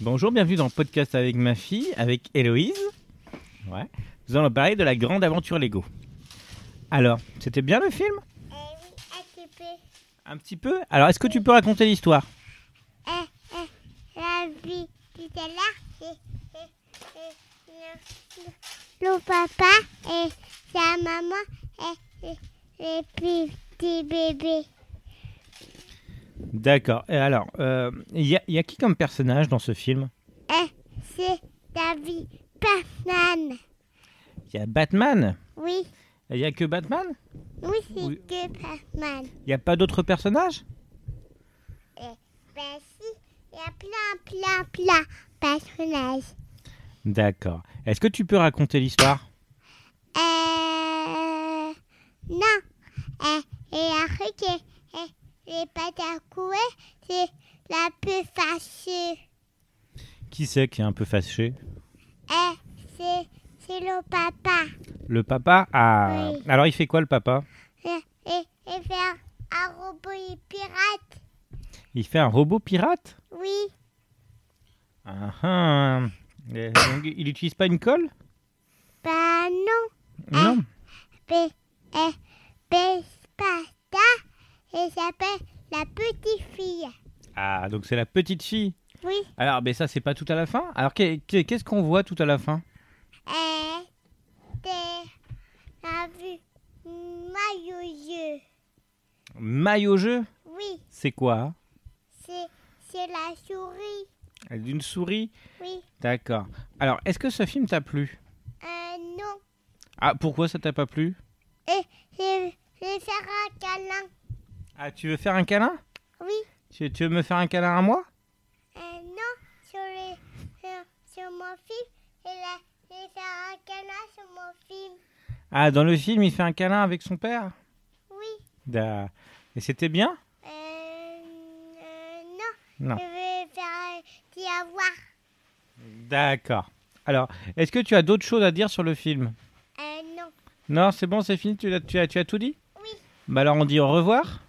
Bonjour, bienvenue dans Podcast avec ma fille, avec Héloïse. Ouais. Nous allons parler de la grande aventure Lego. Alors, c'était bien le film Euh, oui, ATP. Un petit peu Alors, est-ce que tu peux raconter l'histoire Euh, euh, la vie du là et, et, et le, le- le papa et sa maman et, et les petits bébés. D'accord. Et alors, euh, il y, a- il y a qui comme personnage dans ce film Et c'est la vie Batman. Il y a Batman. Oui, Il y a que Batman oui, c'est Oui. que Batman. Il n'y a pas d'autres personnages Ben si, il y a plein, plein, plein de personnages. D'accord. Est-ce que tu peux raconter l'histoire Euh... Non. Euh, et après que euh, les pâtes à couer, c'est la plus fâchée. Qui c'est qui est un peu fâché Euh, c'est, c'est le papa. Le papa a... Oui. Alors, il fait quoi le papa Euh, Et, et faire un robot pirate. Il fait un robot pirate Oui. Ah ah. Et donc, Il n'utilise pas une colle Bah non. Non. Mais, euh, mais c'est pas ça. Et s'appelle la petite fille. Ah, donc c'est la petite fille. Oui. Alors, mais ça, c'est pas tout à la fin. Alors, qu'est- qu'est- qu'est-ce qu'on voit tout à la fin Euh, t'es, la vue maillot Maille au jeu Oui. C'est quoi C'est, c'est la souris. hein D'une souris Oui. D'accord. Alors, est-ce que ce film t'a plu Euh, non. Ah, pourquoi ça t'a pas plu Et je je vais faire un câlin. Ah, tu veux faire un câlin Oui. tu, tu veux me faire un câlin à moi Euh, non. Sur, les, sur, sur mon film. Et là, je vais faire un câlin sur mon film. Ah, dans le film, il fait un câlin avec son père Oui. Da. Et c'était bien Euh, euh, non. Non. Je vais faire un petit avoir. D'accord. Alors, est-ce que tu as d'autres choses à dire sur le film Euh, non. Non, c'est bon, c'est fini, tu as, tu as- tu as tout dit Oui. Bah alors, on dit au revoir